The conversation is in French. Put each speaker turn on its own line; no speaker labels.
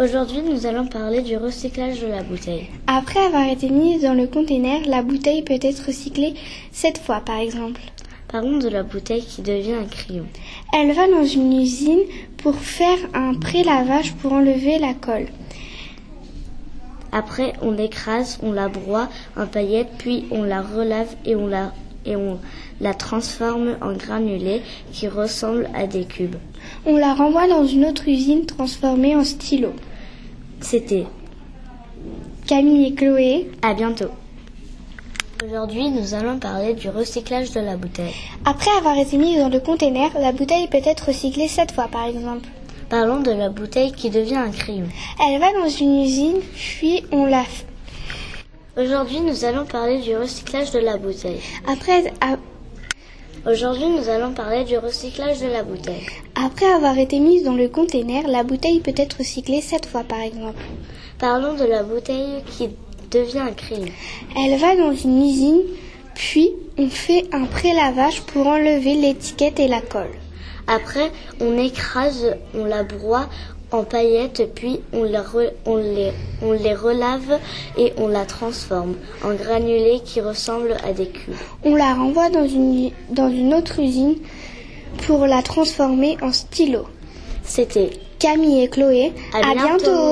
Aujourd'hui, nous allons parler du recyclage de la bouteille.
Après avoir été mise dans le container, la bouteille peut être recyclée sept fois par exemple.
Parlons de la bouteille qui devient un crayon.
Elle va dans une usine pour faire un pré-lavage pour enlever la colle.
Après, on l'écrase, on la broie en paillettes, puis on la relave et on la, et on la transforme en granulés qui ressemblent à des cubes.
On la renvoie dans une autre usine transformée en stylo.
C'était
Camille et Chloé,
à bientôt. Aujourd'hui, nous allons parler du recyclage de la bouteille.
après avoir été mise dans le container, la bouteille peut être recyclée sept fois par exemple.
Parlons de la bouteille qui devient un crayon.
Elle va dans une usine, puis on la... f-
Aujourd'hui, nous allons parler du recyclage de la bouteille.
Après, a-
Aujourd'hui, nous allons parler du recyclage de la bouteille.
après avoir été mise dans le container, la bouteille peut être recyclée sept fois par exemple.
Parlons de la bouteille qui devient un crayon.
Elle va dans une usine, puis on fait un pré-lavage pour enlever l'étiquette et la colle.
Après, on écrase, on la broie en paillettes, puis on, la re- on les, on les relave et on la transforme en granulés qui ressemblent à des cubes.
On la renvoie dans une, dans une autre usine pour la transformer en stylo.
C'était
Camille et Chloé,
À
à,
bientôt.
bientôt.